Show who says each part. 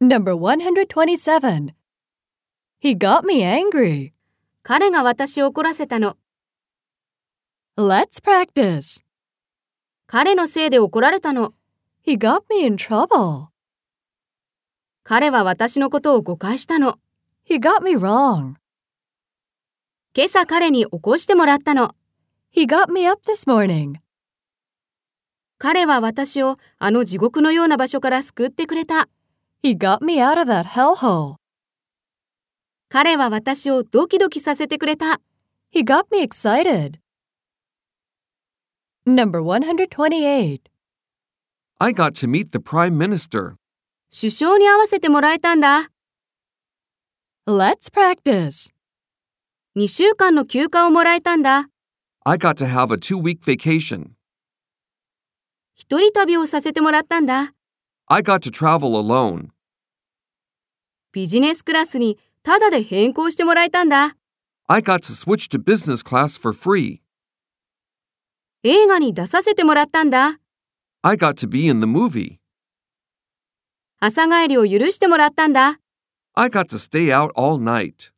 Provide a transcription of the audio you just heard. Speaker 1: Number 127. He got me angry.
Speaker 2: 彼が私を怒らせたの。
Speaker 1: Let's practice.
Speaker 2: 彼のせいで怒られたの。
Speaker 1: He got me in trouble.
Speaker 2: 彼は私のことを誤解したの。
Speaker 1: He got me wrong.
Speaker 2: 今朝彼に起こしてもらったの。
Speaker 1: He got me up this morning.
Speaker 2: 彼は私をあの地獄のような場所から救ってくれた。
Speaker 1: He got me out of that hellhole.
Speaker 2: 彼は私をドキドキさせてくれた。
Speaker 1: He got me excited. Number 128.
Speaker 3: I got to meet the Prime Minister.
Speaker 2: 首相に会わせてもらえたんだ。
Speaker 1: Let's practice.
Speaker 2: 2週間の休暇をもらえたんだ。
Speaker 3: I got to have a two week vacation.
Speaker 2: 一人旅をさせてもらったんだ。
Speaker 3: I got to travel alone.
Speaker 2: ビジネスクラスにタダで変更してもらえたんだ。
Speaker 3: I got to switch to business class for free.
Speaker 2: 映画に出させてもらったんだ。
Speaker 3: I got to be in the movie.
Speaker 2: 朝帰りを許してもらったんだ。
Speaker 3: I got to stay out all night.